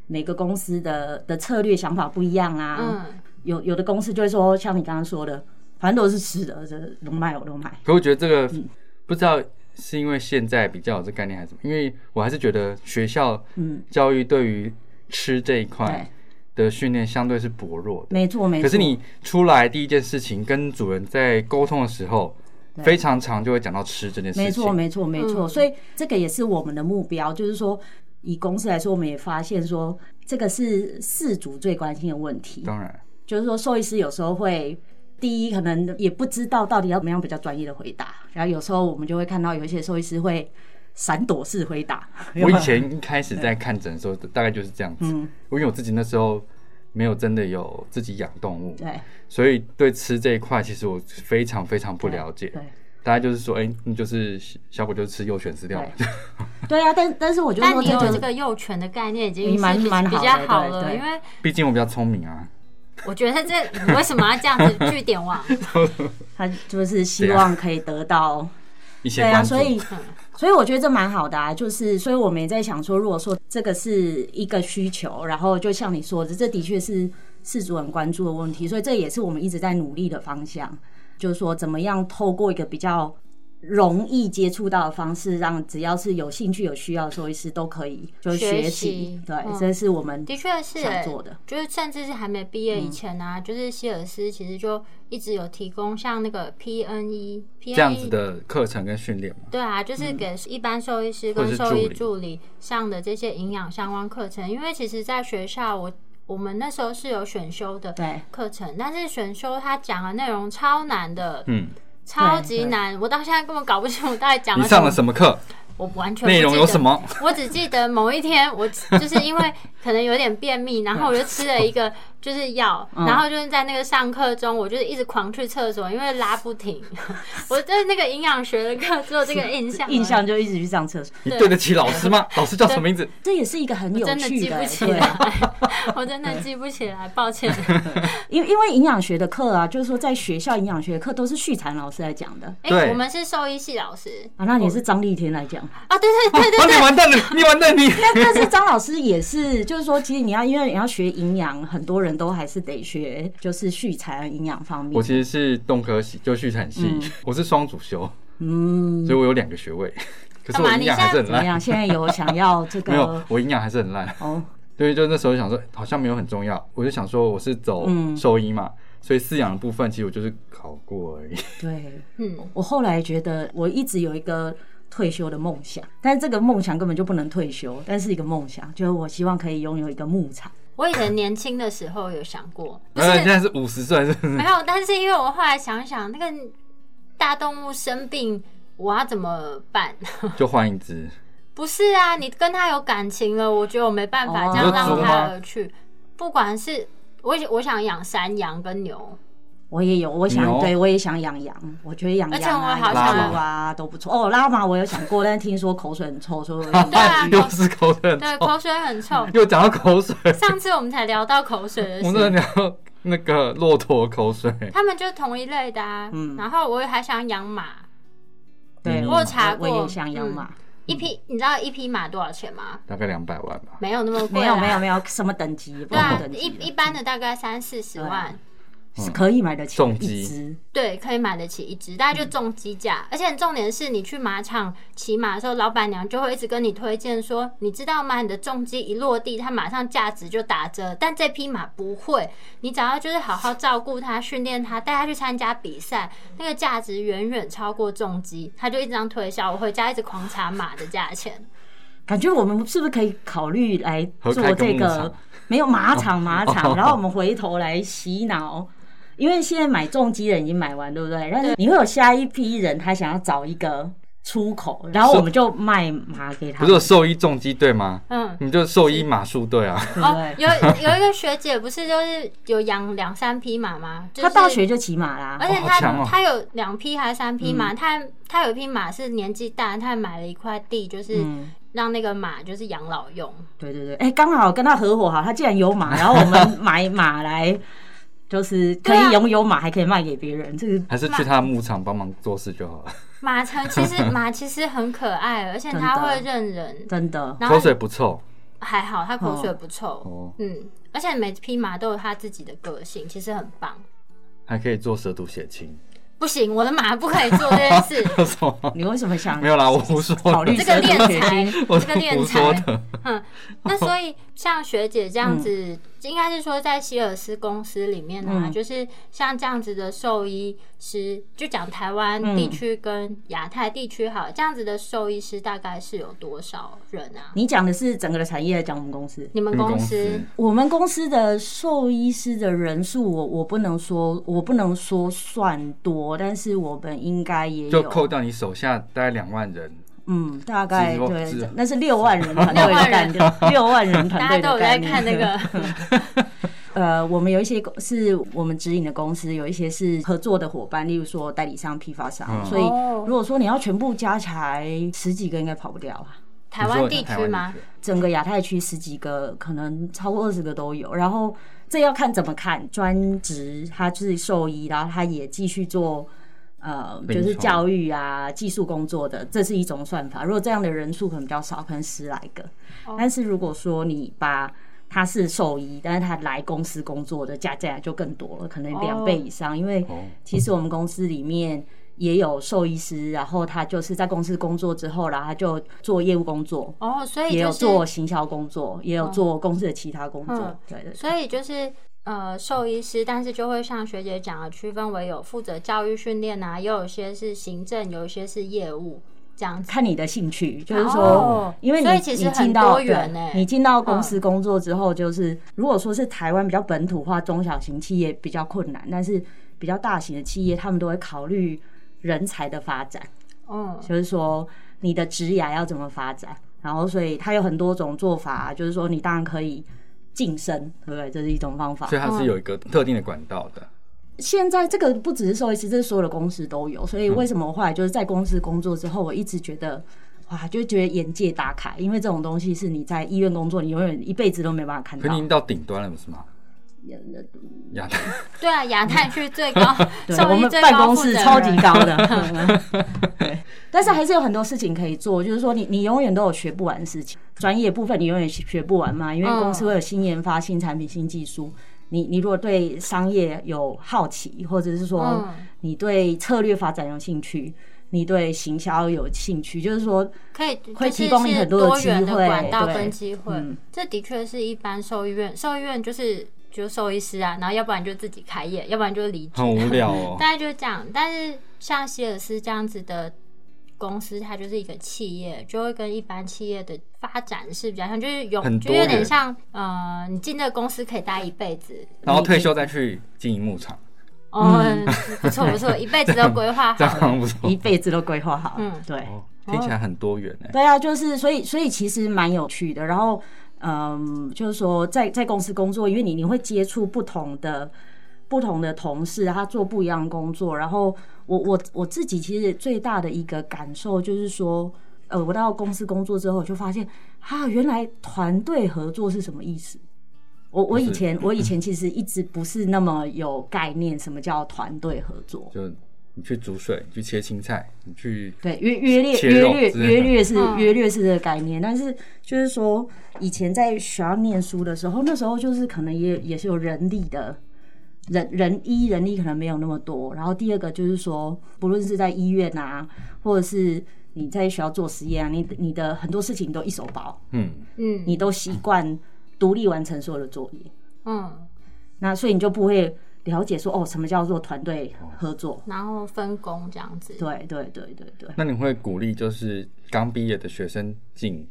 Speaker 3: 每个公司的的策略想法不一样啊。
Speaker 1: 嗯，
Speaker 3: 有有的公司就会说，像你刚刚说的，反正都是吃的，这能卖我都买。
Speaker 2: 可我觉得这个
Speaker 3: 嗯
Speaker 2: 不知道是因为现在比较有这概念还是什么，因为我还是觉得学校
Speaker 3: 嗯，
Speaker 2: 教育对于吃这一块
Speaker 3: 对，
Speaker 2: 的训练相对是薄弱的。
Speaker 3: 没错没错。
Speaker 2: 可是你出来第一件事情跟主人在沟通的时候，
Speaker 3: 对
Speaker 2: 非常常就会讲到吃这件事情。
Speaker 3: 没错没错没错，
Speaker 1: 嗯
Speaker 3: 所以这个也是我们的目标，就是说，以公司来说，我们也发现说，这个是饲主最关心的问题。
Speaker 2: 当然，
Speaker 3: 就是说兽医师有时候会。第一，可能也不知道到底要怎么样比较专业的回答，然后有时候我们就会看到有一些兽医师会闪躲式回答。
Speaker 2: 我以前一开始在看诊的时候，大概就是这样子。
Speaker 3: 嗯，
Speaker 2: 因为我自己那时候没有真的有自己养动物，
Speaker 3: 对
Speaker 2: 所以对吃这一块其实我非常非常不了解。
Speaker 3: 对
Speaker 2: 大概就是说，哎、你就是小狗就是吃幼犬饲料嘛，
Speaker 3: 对啊，但但是我觉得
Speaker 1: 但
Speaker 3: 说
Speaker 1: 你有
Speaker 3: 这
Speaker 1: 这
Speaker 3: 个
Speaker 1: 个幼犬的概念已经
Speaker 3: 你
Speaker 1: 是
Speaker 3: 蛮
Speaker 1: 比
Speaker 3: 蛮
Speaker 1: 比
Speaker 3: 好
Speaker 1: 较
Speaker 3: 的
Speaker 1: 好
Speaker 3: 对
Speaker 1: 了，
Speaker 3: 对
Speaker 1: 因为
Speaker 2: 毕竟我比较聪明啊。
Speaker 1: 我觉得这你为什么要这样子据点王？
Speaker 3: 他就是希望可以得到
Speaker 2: 一些
Speaker 3: 对
Speaker 2: 关
Speaker 3: 啊，
Speaker 2: 注，
Speaker 3: 所以
Speaker 1: 嗯
Speaker 3: 所以我觉得这蛮好的啊，就是所以我们也在想说，如果说这个是一个需求，然后就像你说的，这的确是事主很关注的问题，所以这也是我们一直在努力的方向，就是说怎么样透过一个比较容易接触到的方式，让只要是有兴趣有需要的兽医师都可以就是
Speaker 1: 学
Speaker 3: 学
Speaker 1: 习
Speaker 3: 习，对，
Speaker 1: 嗯
Speaker 3: 这是我们
Speaker 1: 的确是、
Speaker 3: 想
Speaker 1: 欸，
Speaker 3: 做的，嗯
Speaker 1: 就是甚至是还没毕业以前啊，就是希尔斯其实就一直有提供像那个 PNE
Speaker 2: 这样子
Speaker 1: PNE。
Speaker 2: 的课程跟训练嘛，
Speaker 1: E 对啊，就是
Speaker 3: 嗯
Speaker 1: 给一般兽医师
Speaker 2: 或
Speaker 1: 跟
Speaker 2: 是
Speaker 1: 兽医
Speaker 2: 助理
Speaker 1: 助理上的这些营养相关课程，因为其实，在学校我我们那时候是有选修的
Speaker 3: 对。
Speaker 1: 课程，但是选修他讲的内容超难的，
Speaker 2: 嗯，
Speaker 1: 超
Speaker 3: 对
Speaker 1: 级
Speaker 3: 对
Speaker 1: 难，我到现在根本搞不清楚到底讲
Speaker 2: 你
Speaker 1: 了
Speaker 2: 上了
Speaker 1: 什么，
Speaker 2: 什么课？
Speaker 1: 我完全不
Speaker 2: 内容
Speaker 1: 记
Speaker 2: 有
Speaker 1: 得
Speaker 2: 什么？
Speaker 3: 嗯
Speaker 1: 我只记得某一天，我就是因为可能有点便秘，然后我就吃了一个 就是要，然后就是在那个上课中，我就是一直狂去厕所，因为拉不停。 我对那个营养学的课只有这个印象，啊
Speaker 3: 印象就一直去上厕所，
Speaker 2: 你对得起老师吗？老师叫什么名字？
Speaker 3: 这也是一个很有
Speaker 1: 真的
Speaker 3: 趣
Speaker 1: 记
Speaker 3: 的
Speaker 1: 不起
Speaker 3: 对
Speaker 1: 来， 我真的记不起来，抱歉。
Speaker 3: 因因为营养学的课啊，就是说在学校营养学的课都是旭婵老师来讲的
Speaker 1: 哎、
Speaker 2: 对
Speaker 1: 我们是兽医系老师
Speaker 3: 啊，那你是张丽天来讲，
Speaker 1: 啊，对对对
Speaker 2: 啊，
Speaker 1: 对
Speaker 2: 你完蛋了，你完蛋，你
Speaker 3: 但但是张老师也是，就是说，其实你要因为你要学营养，很多人都还是得学，就是续财营养方面
Speaker 2: 我。其实是动科系，就畜产系，我是双主修，
Speaker 3: 嗯，
Speaker 2: 所以我有两个学位，可是
Speaker 1: 干
Speaker 2: 我
Speaker 1: 嘛
Speaker 2: 营养
Speaker 1: 你
Speaker 2: 还是很
Speaker 3: 怎么
Speaker 2: 烂。
Speaker 3: 样？现在有想要这
Speaker 2: 没有
Speaker 1: 嗯
Speaker 3: 个，
Speaker 2: 我营养还是很烂。
Speaker 3: 哦？
Speaker 2: 对，就那时候想说，好像没有很重要，我就想说我是走
Speaker 3: 嗯
Speaker 2: 兽医嘛，所以饲养的部分其实我就是考过而已。
Speaker 3: 对，
Speaker 1: 嗯，
Speaker 3: 我后来觉得我一直有一个退休的梦想，但是这个梦想根本就不能退休，但是一个梦想就是我希望可以拥有一个牧场。
Speaker 1: 我以前年轻的时候有想过，不
Speaker 2: 呃， 现
Speaker 1: 是
Speaker 2: 在是五十岁，是不是
Speaker 1: 没？有，但是因为我后来想想，那个大动物生病，我要怎么办？
Speaker 2: 就换一只，
Speaker 1: 不是啊，你跟他有感情了，我觉得我没办法
Speaker 3: 哦
Speaker 1: 这样
Speaker 2: 你说
Speaker 1: 让
Speaker 2: 猪
Speaker 1: 他
Speaker 2: 吗
Speaker 1: 而去。不管是我，我想养山羊跟牛，
Speaker 3: 我也有，我
Speaker 2: 牛
Speaker 3: 想，对我也想养羊，我觉得养
Speaker 1: 而且
Speaker 3: 羊啊、
Speaker 1: 我好
Speaker 2: 像
Speaker 3: 养猪啊都不错。哦，拉马我有想过，但是听说口水很臭，所以 我有点
Speaker 1: 对 啊
Speaker 2: 又是口水很
Speaker 1: 对，啊
Speaker 2: 臭，
Speaker 1: 口水很臭。
Speaker 2: 又讲到 口水，
Speaker 1: 上次我们才聊到口水的
Speaker 2: 我们
Speaker 1: 事
Speaker 2: 在，聊那个骆驼 口水。
Speaker 1: 他们就是同一类的啊。
Speaker 3: 嗯
Speaker 1: 然后我也还想养马，
Speaker 2: 嗯
Speaker 3: 对，
Speaker 1: 我有查
Speaker 3: 我
Speaker 1: 过
Speaker 3: 也想养
Speaker 1: 嗯
Speaker 3: 马。
Speaker 1: 一匹，你知道一匹马多少钱吗？
Speaker 2: 大概两百万吧，
Speaker 1: 没有那么贵，啊
Speaker 3: 没有没有。没有什么等级，不
Speaker 1: 对
Speaker 3: 同
Speaker 1: 啊，
Speaker 3: 等
Speaker 1: 一
Speaker 3: 级
Speaker 1: 一般的大概三四十
Speaker 3: 啊
Speaker 1: 万，
Speaker 3: 是可以买得起
Speaker 2: 重
Speaker 3: 一
Speaker 2: 机
Speaker 3: 只，
Speaker 1: 对，可以买得起一只，大概就中鸡
Speaker 3: 嗯
Speaker 1: 价。而且重点是你去马场骑马的时候，老板娘就会一直跟你推荐说，你知道吗？你的重鸡一落地，它马上价值就打折。但这匹马不会，你只要就是好好照顾它、训练它，带它去参加比赛，那个价值远远超过重鸡。它就一直这样推销，我回家一直狂查马的价钱。
Speaker 3: 感觉我们是不是可以考虑来
Speaker 2: 合
Speaker 3: 做
Speaker 2: 开
Speaker 3: 这
Speaker 2: 跟牧
Speaker 3: 个
Speaker 2: 场？
Speaker 3: 没有马场马场，
Speaker 2: 哦
Speaker 3: 然后我们回头来洗脑。因为现在买重机的人已经买完，对不对？但是你会有下一批人，他想要找一个出口，然后我们就卖马给
Speaker 2: 不
Speaker 3: 他们，
Speaker 2: 是有兽医重击队吗？
Speaker 1: 嗯。
Speaker 2: 你就兽医马术 队啊，
Speaker 3: 对不
Speaker 1: 哦
Speaker 3: 对，？
Speaker 1: 有有一个学姐不是就是有养两三匹马吗？就是、
Speaker 3: 他大学就骑马啦
Speaker 1: 而，且
Speaker 2: 哇好
Speaker 1: 他、
Speaker 2: 强哦嗯
Speaker 1: 他有两匹还是三匹马，他他有一匹马是年纪大，他还买了一块地，就是
Speaker 3: 嗯
Speaker 1: 让那个马就是养老用。
Speaker 3: 对对对，哎，刚好跟他合伙哈，他既然 有马，然后我们买马来，就是可
Speaker 1: 对啊
Speaker 3: 以拥有马，还可以卖给别人，这个
Speaker 2: 还是去他的牧场帮忙做事就好了。
Speaker 1: 马成其 实马其实很可爱，而且它
Speaker 3: 真的
Speaker 1: 会认人，
Speaker 3: 真的
Speaker 1: 然后
Speaker 2: 口水不臭
Speaker 1: 还好它口水不臭，
Speaker 2: 哦，
Speaker 1: 嗯，而且每匹马都有它自己的个性，其实很棒。
Speaker 2: 还可以做蛇毒血清。
Speaker 1: 不行，我的马不可以做这件事，
Speaker 2: 什么？
Speaker 3: 你为什么想
Speaker 2: 没有啦，我胡说
Speaker 3: 考虑
Speaker 2: 的，
Speaker 1: 这个
Speaker 3: 蛇
Speaker 1: 练
Speaker 3: 毒血
Speaker 1: 才，
Speaker 3: 清
Speaker 2: 我
Speaker 1: 这
Speaker 2: 是
Speaker 1: 个练
Speaker 2: 胡
Speaker 1: 才
Speaker 2: 说。的。
Speaker 1: 那所以像学姐这样子，应该是说在希尔斯公司里面呢、啊，
Speaker 3: 嗯
Speaker 1: 就是像这样子的兽医师，就讲台湾地区跟亚太地区好了，这样子的兽医师大概是有多少人啊？
Speaker 3: 你讲的是整个的产业，还是讲我们公司。
Speaker 1: 你们
Speaker 2: 你们
Speaker 1: 公
Speaker 2: 公
Speaker 1: 司
Speaker 2: 司
Speaker 3: 我们公司的兽医师的人数，我我不能说，我不能说算多，但是我们应该也
Speaker 2: 就扣
Speaker 3: 有，
Speaker 2: 掉你手下大概两万人，
Speaker 3: 嗯，大概
Speaker 2: 只有
Speaker 3: 对
Speaker 2: 只，
Speaker 3: 那是六万人团队的概
Speaker 1: 六
Speaker 3: 念，六万人团
Speaker 1: 大家
Speaker 3: 队
Speaker 1: 都有
Speaker 3: 的
Speaker 1: 在
Speaker 3: 概念。
Speaker 1: 看那个，
Speaker 3: 呃，我们有一些公是我们指引的公司，有一些是合作的伙伴，例如说代理商、批发商。
Speaker 2: 嗯
Speaker 3: 所以
Speaker 1: 哦
Speaker 3: 如果说你要全部加起来，十几个应该跑不掉啊。
Speaker 1: 台湾地区吗？
Speaker 3: 整个亚太区十几个，可能超过二十个都有。然后这要看怎么看，专职他就是兽医，然后他也继续做。呃，
Speaker 2: 临
Speaker 3: 就是
Speaker 2: 床
Speaker 3: 教育啊、技术工作的，这是一种算法。如果这样的人数可能比较少，可能十来个。但是如果说你把他是兽医，但是他来公司工作的，加起来就更多了，可能两倍以上。因为
Speaker 2: 哦
Speaker 3: 其实我们公司里面也有兽医师，然后他就是在公司工作之后，然后他就做业务工作，
Speaker 1: 哦，所以
Speaker 3: 也
Speaker 1: 就
Speaker 3: 有
Speaker 1: 是，
Speaker 3: 做行销工作，也有做公司的其他工作
Speaker 1: 嗯。
Speaker 3: 对对对，
Speaker 1: 所以就是。呃，兽医师，但是就会像学姐讲的，区分为有负责教育训练啊，又有些是行政，有一些是业务这样子。
Speaker 3: 看你的兴趣，就是
Speaker 1: 哦
Speaker 3: 说，因为
Speaker 1: 所以
Speaker 3: 你
Speaker 1: 其实
Speaker 3: 你
Speaker 1: 很
Speaker 3: 进到
Speaker 1: 多元
Speaker 3: 对
Speaker 1: 欸
Speaker 3: 你进到公司工作之后，就是如果说是台湾比较本土化中小型企业比较困难，但是比较大型的企业，他们都会考虑人才的发展。
Speaker 1: 嗯，
Speaker 3: 就是说你啊的职涯要怎么发展，然后所以它有很多种做法，就是说你当然可以晋升，对不对？这是一种方法
Speaker 2: 所。以它
Speaker 1: 嗯
Speaker 2: 是有一个特定的管道的。
Speaker 3: 现在这个不只是兽医师，这是所有的公司都有。所以
Speaker 1: 嗯
Speaker 3: 为什么我后来就是在公司工作之后，我一直觉得。哇，就觉得眼界大开，因为这种东西是你在医院工作，你永远一辈子都没
Speaker 1: 嗯
Speaker 3: 办法看
Speaker 2: 可
Speaker 3: 到，
Speaker 2: 你已。经到顶端了，不是吗？亚太，
Speaker 1: 对啊，亚太区最高
Speaker 3: 对，
Speaker 1: 兽
Speaker 3: 我
Speaker 1: 医
Speaker 3: 们
Speaker 1: 最
Speaker 3: 办
Speaker 1: 高
Speaker 3: 公
Speaker 1: 负责
Speaker 3: 室
Speaker 1: 人
Speaker 3: 超级高 的。对，但是还是有很多事情可以做，就是说你你永远都有学不完的事情，专业部分你永远学不完嘛，因为
Speaker 1: 嗯
Speaker 3: 公司会有新研发、新产品、新技术。你你如果对商业有好奇，或者是说
Speaker 1: 嗯
Speaker 3: 你对策略发展有兴趣，你对行销有兴趣，就是说
Speaker 1: 可以
Speaker 3: 会
Speaker 1: 就是
Speaker 3: 提供你
Speaker 1: 是
Speaker 3: 很多的
Speaker 1: 多元
Speaker 3: 机
Speaker 1: 的
Speaker 3: 会
Speaker 1: 管道
Speaker 3: 对
Speaker 1: 跟机会
Speaker 3: 嗯。
Speaker 1: 这的确是一般兽医院，兽医院就是就兽医师啊，然后要不然就自己开业，要不然就离职
Speaker 2: 很，无聊哦。
Speaker 1: 大概就是这样。 但是像希尔斯这样子的公司，它就是一个企业，就会跟一般企业的发展是比较像，就是有
Speaker 2: 很
Speaker 1: 就
Speaker 2: 多
Speaker 1: 有点
Speaker 2: 元
Speaker 1: 像呃，你进这个公司可以待一辈子，
Speaker 2: 然后退休再去经营牧场，
Speaker 1: 哦，
Speaker 3: 嗯
Speaker 1: 不错不错，一辈子都规划
Speaker 2: 这样
Speaker 1: 好
Speaker 2: 好
Speaker 1: 了。
Speaker 2: 像不错
Speaker 3: 一。辈子都规划好了。
Speaker 1: 嗯
Speaker 3: 对。
Speaker 2: 哦，听起来很多元
Speaker 1: 哦
Speaker 2: 哎。
Speaker 3: 对啊，就是所以所以其实蛮有趣的。然后嗯，就是说在在公司工作，因为你你会接触不同的不同的同事，他做不一样的工作。然后我我我自己其实最大的一个感受就是说。呃，我到公司工作之后，我就发现啊，原来团队合作是什么意思？我我以
Speaker 2: 就是
Speaker 3: 前我以前其实一直不是那么有概念，什么叫团队合作？
Speaker 2: 就你去煮水，你去切青菜，你去
Speaker 3: 对，约约略
Speaker 2: 切
Speaker 3: 约
Speaker 2: 肉
Speaker 3: 略
Speaker 2: 之类的
Speaker 3: 约略是
Speaker 1: 嗯
Speaker 3: 约略是这个概念，但是就是说以前在学校念书的时候，那时候就是可能也也是有人力的。人人一人力可能没有那么多，然后第二个就是说，不论是在医院啊，或者是你在学校做实验啊，你你的很多事情都一手包，
Speaker 2: 嗯，
Speaker 1: 嗯
Speaker 3: 你都习惯独立完成所有的作业，
Speaker 1: 嗯，
Speaker 3: 那所以你就不会了解说哦，什么叫做团队合作？
Speaker 1: 然后分工这样子。
Speaker 3: 对对对对对。
Speaker 2: 那你会鼓励就是刚毕业的学生进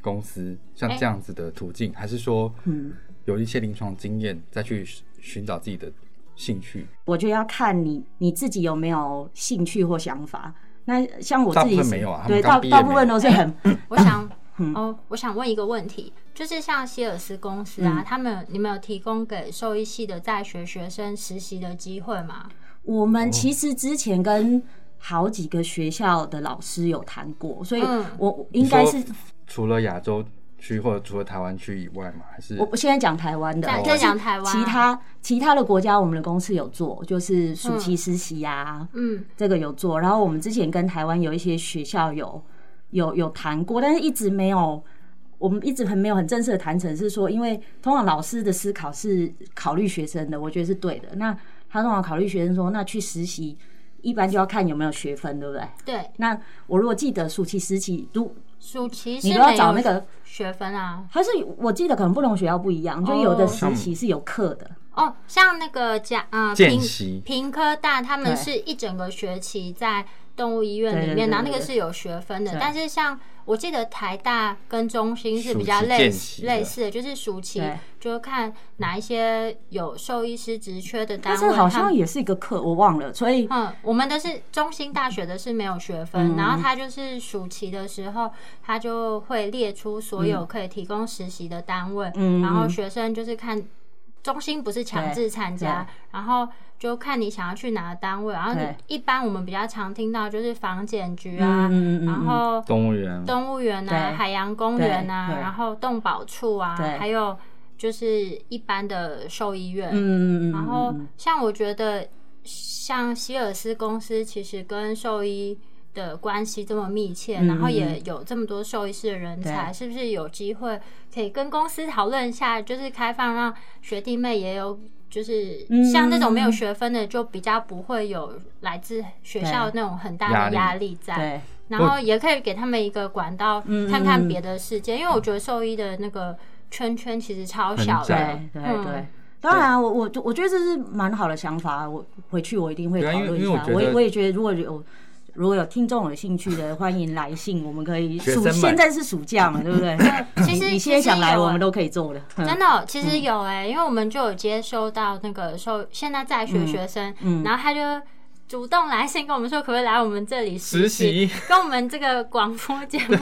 Speaker 2: 公司，像
Speaker 1: 哎
Speaker 2: 这样子的途径，还是说，嗯，有一些临床经验再去寻寻找自己的兴趣？
Speaker 3: 我就要看你你自己有没有兴趣或想法。那像我自己
Speaker 2: 大部
Speaker 3: 是
Speaker 2: 分没有啊他们
Speaker 3: 对，
Speaker 2: 刚
Speaker 3: 大
Speaker 2: 毕业
Speaker 3: 大部分都 是很
Speaker 1: 我 想，
Speaker 3: 嗯
Speaker 1: 哦，我想问一个问题，就是像希尔斯公司
Speaker 3: 嗯
Speaker 1: 啊，他们有你们有提供给兽医系的在学学生实习的机会吗？
Speaker 3: 我们其实之前跟好几个学校的老师有谈过，所以
Speaker 1: 嗯
Speaker 3: 我我应该是
Speaker 2: 你说除了亚洲区或者除了台湾区以外嘛，还是
Speaker 3: 我我现在讲台湾的，
Speaker 1: 在
Speaker 3: 但
Speaker 1: 在
Speaker 3: 是
Speaker 1: 讲台湾，
Speaker 3: 哦
Speaker 1: 啊
Speaker 3: 其他其他的国家，我们的公司有做，就是暑期实习啊，
Speaker 1: 嗯
Speaker 3: 这个有做。然后我们之前跟台湾有一些学校有有有谈过，但是一直没有，我们一直很没有很正式的谈成，是说因为通常老师的思考是考虑学生的，我觉得是对的。那他通常考虑学生说，那去实习一般就要看有没有学分，对不对？
Speaker 1: 对，
Speaker 3: 那我如果记得暑期实习，如
Speaker 1: 暑期是
Speaker 3: 你都要
Speaker 1: 没
Speaker 3: 找
Speaker 1: 有
Speaker 3: 那个
Speaker 1: 学分啊。
Speaker 3: 还是我记得可能不同学校不一样，就有的
Speaker 1: 哦
Speaker 3: 实习是有课的，
Speaker 1: 哦，像那个讲，呃，
Speaker 2: 见
Speaker 1: 平
Speaker 2: 习
Speaker 1: 平科大他们
Speaker 3: 对
Speaker 1: 是一整个学期在动物医院
Speaker 3: 对
Speaker 1: 里
Speaker 3: 对
Speaker 1: 面，
Speaker 3: 对
Speaker 1: 然后那
Speaker 3: 对
Speaker 1: 个
Speaker 3: 对
Speaker 1: 是有学分的
Speaker 3: 对。
Speaker 1: 但是像我记得台大跟中心是比较
Speaker 2: 暑期
Speaker 1: 类
Speaker 2: 见
Speaker 1: 似
Speaker 2: 习的
Speaker 1: 类似的，就是暑期
Speaker 3: 对
Speaker 1: 就看哪一些有兽医师职缺的单
Speaker 3: 但
Speaker 1: 位，
Speaker 3: 是好
Speaker 1: 他
Speaker 3: 像
Speaker 1: 们
Speaker 3: 也是一个课，我忘了，所以
Speaker 1: 嗯，我们的是中心大学的是没有学
Speaker 3: 嗯
Speaker 1: 分，然后他就是暑期的时候，他就会列出所有可以提供实习的单位，
Speaker 3: 嗯
Speaker 1: 哦然后学生就是看中心不是强制参加，然后就看你想要去哪个单位，然后
Speaker 3: 对
Speaker 1: 一般我们比较常听到就是房检局啊，
Speaker 3: 嗯嗯嗯嗯
Speaker 1: 然后
Speaker 2: 动物园？
Speaker 1: 动物园啊
Speaker 3: 对、
Speaker 1: 海洋公园啊
Speaker 3: 对，对
Speaker 1: 然后动保处啊
Speaker 3: 对，
Speaker 1: 还有就是一般的兽医院，
Speaker 3: 嗯，
Speaker 1: 然后像我觉得，像希尔斯公司其实跟兽医的关系这么密切，
Speaker 3: 嗯
Speaker 1: 然后也有这么多兽医师的人才，
Speaker 3: 对
Speaker 1: 是不是有机会可以跟公司讨论一下，就是开放让学弟妹也有。就是
Speaker 3: 嗯
Speaker 1: 像这种没有学分的，就比较不会有来自学校那种很大的
Speaker 2: 压
Speaker 1: 压力在。
Speaker 3: 对。
Speaker 1: 然后也可以给他们一个管道，
Speaker 3: 嗯
Speaker 1: 看看别的世界，因为我觉得兽医的那个圈圈其实超
Speaker 2: 很
Speaker 1: 小的
Speaker 2: 窄。
Speaker 3: 对对
Speaker 1: 嗯
Speaker 3: 对，当然啊、我我我觉得这是蛮好的想法，啊我回去我一定会
Speaker 2: 对啊
Speaker 3: 讨论一
Speaker 2: 因为因为我。
Speaker 3: 下
Speaker 2: 觉得
Speaker 3: 我也我也觉得，如果有如果有听众有兴趣的，欢迎来信，我们可以
Speaker 2: 学
Speaker 3: 暑
Speaker 2: 生们
Speaker 3: 现在是暑假嘛，对不对？
Speaker 1: 其实
Speaker 3: 你你现在想
Speaker 1: 其实
Speaker 3: 来，
Speaker 1: 有
Speaker 3: 我们都可以做的。嗯
Speaker 1: 真的哦、其实有哎、因为我们就有接收到那个受现在在学学生，
Speaker 3: 嗯
Speaker 1: 然后他就主动来信跟我们说，可不可以来我们这里
Speaker 2: 实
Speaker 1: 习，
Speaker 2: 习
Speaker 1: 跟我们这个广播节目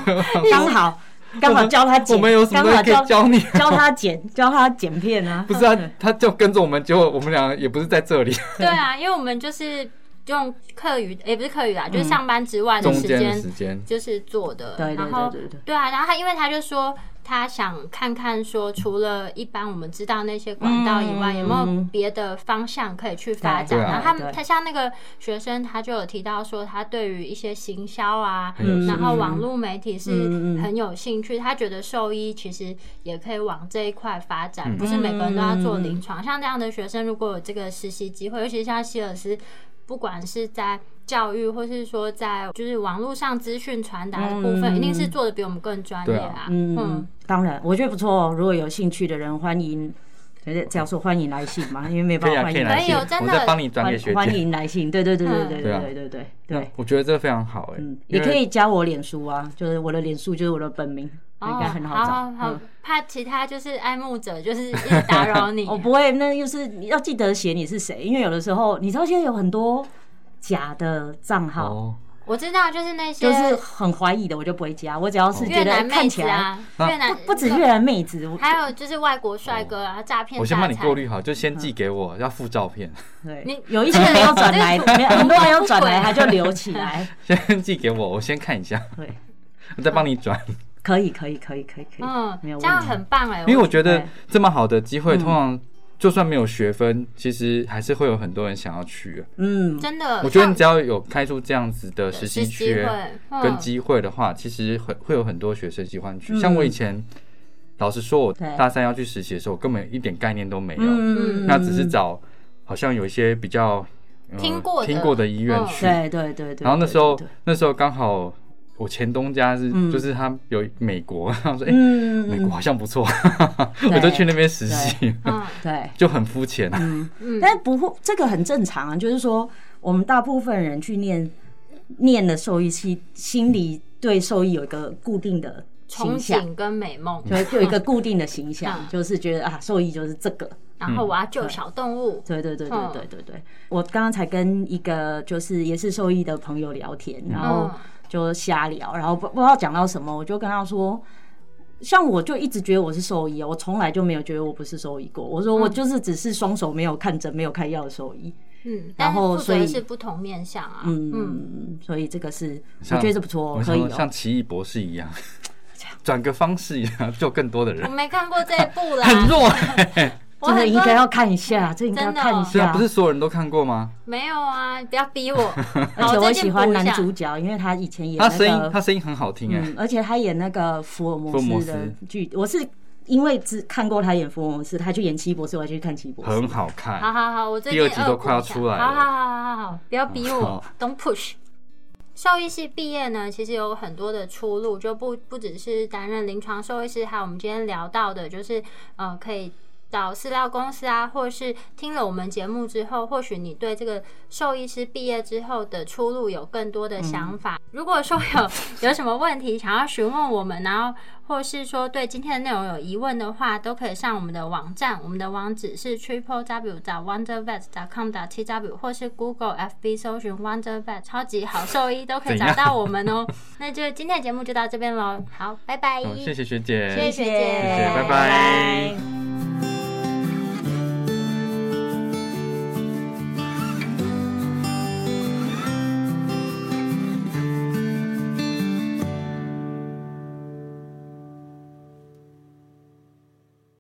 Speaker 3: 刚好刚好教他
Speaker 2: 我
Speaker 3: 剪，
Speaker 2: 们有什么东
Speaker 3: 刚好
Speaker 2: 西可以教你 啊？
Speaker 3: 教他剪，教他剪片啊。
Speaker 2: 不是啊，他就跟着我们，结果我们俩也不是在 这里，
Speaker 1: 对啊，因为我们就是用课余，也不是课余啦，
Speaker 3: 嗯
Speaker 1: 就是上班之外的
Speaker 2: 中
Speaker 1: 时
Speaker 2: 间
Speaker 1: 间
Speaker 2: 的时间
Speaker 1: 就是做的，
Speaker 3: 对对
Speaker 1: 然后
Speaker 3: 对对对
Speaker 1: 对啊，然后他因为他就说他想看看说，除了一般我们知道那些管道以外，
Speaker 3: 嗯
Speaker 1: 有没有别的方向可以去发
Speaker 3: 对
Speaker 1: 展？
Speaker 2: 对啊
Speaker 1: 然后他们
Speaker 3: 对
Speaker 1: 他像那个学生，他就有提到说，他对于一些行销啊，
Speaker 2: 很有兴趣
Speaker 1: 然后网络媒体是
Speaker 3: 嗯嗯嗯
Speaker 1: 很有兴趣，他觉得兽医其实也可以往这一块发
Speaker 3: 嗯
Speaker 1: 展，不是每个人都要做临床。像这样的学生，如果有这个实习机会，尤其是像希尔斯，不管是在教育，或是说在就是网络上资讯传达的部分，
Speaker 3: 嗯
Speaker 1: 一定是做的比我们更专业啊。
Speaker 3: 嗯
Speaker 1: 嗯，，
Speaker 3: 当然，我觉得不错哦。如果有兴趣的人，欢迎，这这样说欢迎来信嘛，因为没
Speaker 2: 可
Speaker 3: 办
Speaker 2: 以
Speaker 3: 法
Speaker 2: 啊，
Speaker 3: 哦欢
Speaker 2: 可以
Speaker 3: 迎
Speaker 2: 来
Speaker 1: 来
Speaker 2: 信，
Speaker 1: 信可以
Speaker 2: 我
Speaker 1: 有真的
Speaker 2: 再帮你转给学
Speaker 3: 欢欢
Speaker 2: 姐。
Speaker 3: 迎来信，对对对对
Speaker 1: 嗯
Speaker 3: 对
Speaker 2: 对啊
Speaker 3: 对对对对。
Speaker 2: 我觉得这非常好哎
Speaker 3: 嗯，，也
Speaker 2: 因
Speaker 3: 可
Speaker 2: 为
Speaker 3: 以加我脸书啊，就是我的脸书就是我的本名，应该很好
Speaker 1: 哦好
Speaker 3: 找。
Speaker 1: 好
Speaker 3: 嗯，
Speaker 1: 怕其他就是爱慕者就是一直打扰你
Speaker 3: 。我哦不会，那就是你要记得写你是谁，因为有的时候你知道现在有很多假的账号，
Speaker 2: 哦，
Speaker 1: 我知道，就是那些
Speaker 3: 就是很怀疑的，我就不会加。我只要
Speaker 2: 哦
Speaker 3: 是
Speaker 1: 越
Speaker 3: 觉得
Speaker 1: 南妹
Speaker 3: 看起
Speaker 1: 子
Speaker 3: 来
Speaker 1: 啊，越南
Speaker 3: 不止越南妹子，我
Speaker 1: 还有就是外国帅哥啊，诈骗
Speaker 2: 哦我先
Speaker 1: 大
Speaker 2: 帮你
Speaker 1: 餐
Speaker 2: 过滤好，就先寄给我，要附照片，
Speaker 3: 对，
Speaker 1: 你
Speaker 3: 有一些人要转 来，
Speaker 1: 这个
Speaker 3: 没有很多人要转来，
Speaker 1: 不
Speaker 3: 他
Speaker 1: 滚
Speaker 3: 就留 起来。
Speaker 2: 先寄给我，我先看一下，
Speaker 3: 对，嗯
Speaker 2: 我再帮你转。
Speaker 3: 可以，可以，可以，可以，可以。
Speaker 1: 嗯
Speaker 3: 没有，问
Speaker 1: 这样
Speaker 3: 题
Speaker 1: 很棒哎、
Speaker 2: 因为我觉
Speaker 3: 对嗯
Speaker 2: 得这么好的机会，通常就算没有学分，其实还是会有很多人想要去。
Speaker 3: 嗯，
Speaker 1: 真的，
Speaker 2: 我觉得你只要有开出这样子的实习
Speaker 1: 机
Speaker 2: 缺
Speaker 1: 会
Speaker 2: 跟
Speaker 1: 嗯
Speaker 2: 机会的话，其实很会有很多学生喜欢去。
Speaker 3: 嗯
Speaker 2: 像我以前，老实说，我
Speaker 3: 对
Speaker 2: 大三要去实习的时候，我根本一点概念都没有，
Speaker 3: 嗯，
Speaker 2: 那只是找好像有一些比较、呃
Speaker 1: 听过的
Speaker 2: 听过的医院
Speaker 1: 嗯
Speaker 2: 去。
Speaker 3: 对对对对。
Speaker 2: 然后那时候
Speaker 3: 对对对
Speaker 2: 那时候刚好我前东家是、
Speaker 3: 嗯
Speaker 2: 就是他有美国，他说哎、
Speaker 3: 嗯，
Speaker 2: 美国好像不错， 我就去那边实习，
Speaker 1: 嗯
Speaker 3: 对，
Speaker 2: 就很肤浅啊。
Speaker 1: 嗯，
Speaker 3: 但不会，这个很正常啊。就是说，我们大部分人去念念了兽医系，心里对兽医有一个固定的
Speaker 1: 憧
Speaker 3: 形象，
Speaker 1: 憬跟美梦，
Speaker 2: 嗯
Speaker 3: 就就有一个固定 的形象，
Speaker 1: 嗯
Speaker 3: 就是觉得啊，兽医就是这个。
Speaker 1: 然后我要救小动物，
Speaker 3: 对对对对
Speaker 1: 嗯
Speaker 3: 对对对，我刚刚才跟一个就是也是兽医的朋友聊天，然
Speaker 1: 嗯
Speaker 3: 后就瞎聊，然后不不知道讲到什么，我就跟他说。像我就一直觉得我是兽医啊，我从来就没有觉得我不是兽医过。我说我就是只是双手没有看诊、没有开药的兽医。
Speaker 1: 嗯，
Speaker 3: 然
Speaker 1: 但是
Speaker 3: 后
Speaker 1: 负
Speaker 3: 所
Speaker 1: 责
Speaker 3: 以
Speaker 1: 的是不同面向啊，嗯，
Speaker 3: 嗯，所以这个是我
Speaker 2: 像
Speaker 3: 觉得这不错
Speaker 2: 我
Speaker 3: 哦，可
Speaker 2: 想
Speaker 3: 以
Speaker 2: 说
Speaker 3: 哦
Speaker 2: 像。奇异博士一样，转个方式一样，救更多的
Speaker 1: 我
Speaker 2: 人。
Speaker 1: 没看过这一部啦，
Speaker 2: 很 弱欸，
Speaker 3: 啊
Speaker 1: 我
Speaker 3: 这个
Speaker 1: 很
Speaker 3: 应
Speaker 1: 多
Speaker 3: 该要看一下，这应该要
Speaker 1: 真的哦
Speaker 3: 看一
Speaker 2: 是啊，
Speaker 3: 下。
Speaker 2: 不是所有人都看过吗？
Speaker 1: 没有啊，不要逼 我，
Speaker 3: 而
Speaker 1: 而
Speaker 3: 且我喜欢男主角，因为他以前演
Speaker 2: 他
Speaker 3: 那
Speaker 2: 声音
Speaker 3: 个
Speaker 2: 他声音很好听哎，
Speaker 3: 嗯，而且他演那个福尔摩
Speaker 2: 福尔摩
Speaker 3: 斯
Speaker 2: 斯
Speaker 3: 的剧，我是因为只看过他演福尔摩斯，他去演奇异博士，我还去看奇异博士。
Speaker 2: 很好
Speaker 1: 好
Speaker 2: 看。
Speaker 1: 好好，我最
Speaker 2: 第
Speaker 1: 近
Speaker 2: 二集都
Speaker 1: 恶补
Speaker 2: 快要
Speaker 1: 一下
Speaker 2: 出来了哦
Speaker 1: 好好好好好，不要逼我
Speaker 2: 好
Speaker 1: ，Don't push。兽医系毕业呢，其实有很多的出路，就不不只是担任临床兽医师，还有我们今天聊到的，就是呃，可以到饲料公司啊，或是听了我们节目之后，或许你对这个兽医师毕业之后的出路有更多的想
Speaker 2: 嗯
Speaker 1: 法。如果说有有什么问题想要询问我们，然后或是说对今天的内容有疑问的话，都可以上我们的网站，我们的网址是 triple w wonder vet com t w 或是 Google F B 搜寻 wonder vet 超级好兽医都可以
Speaker 2: 怎
Speaker 1: 找
Speaker 2: 样
Speaker 1: 到我们哦。那就今天的节目就到这边喽，好，拜拜，
Speaker 2: 好，谢谢学姐，
Speaker 1: 谢谢学姐，
Speaker 2: 谢谢拜拜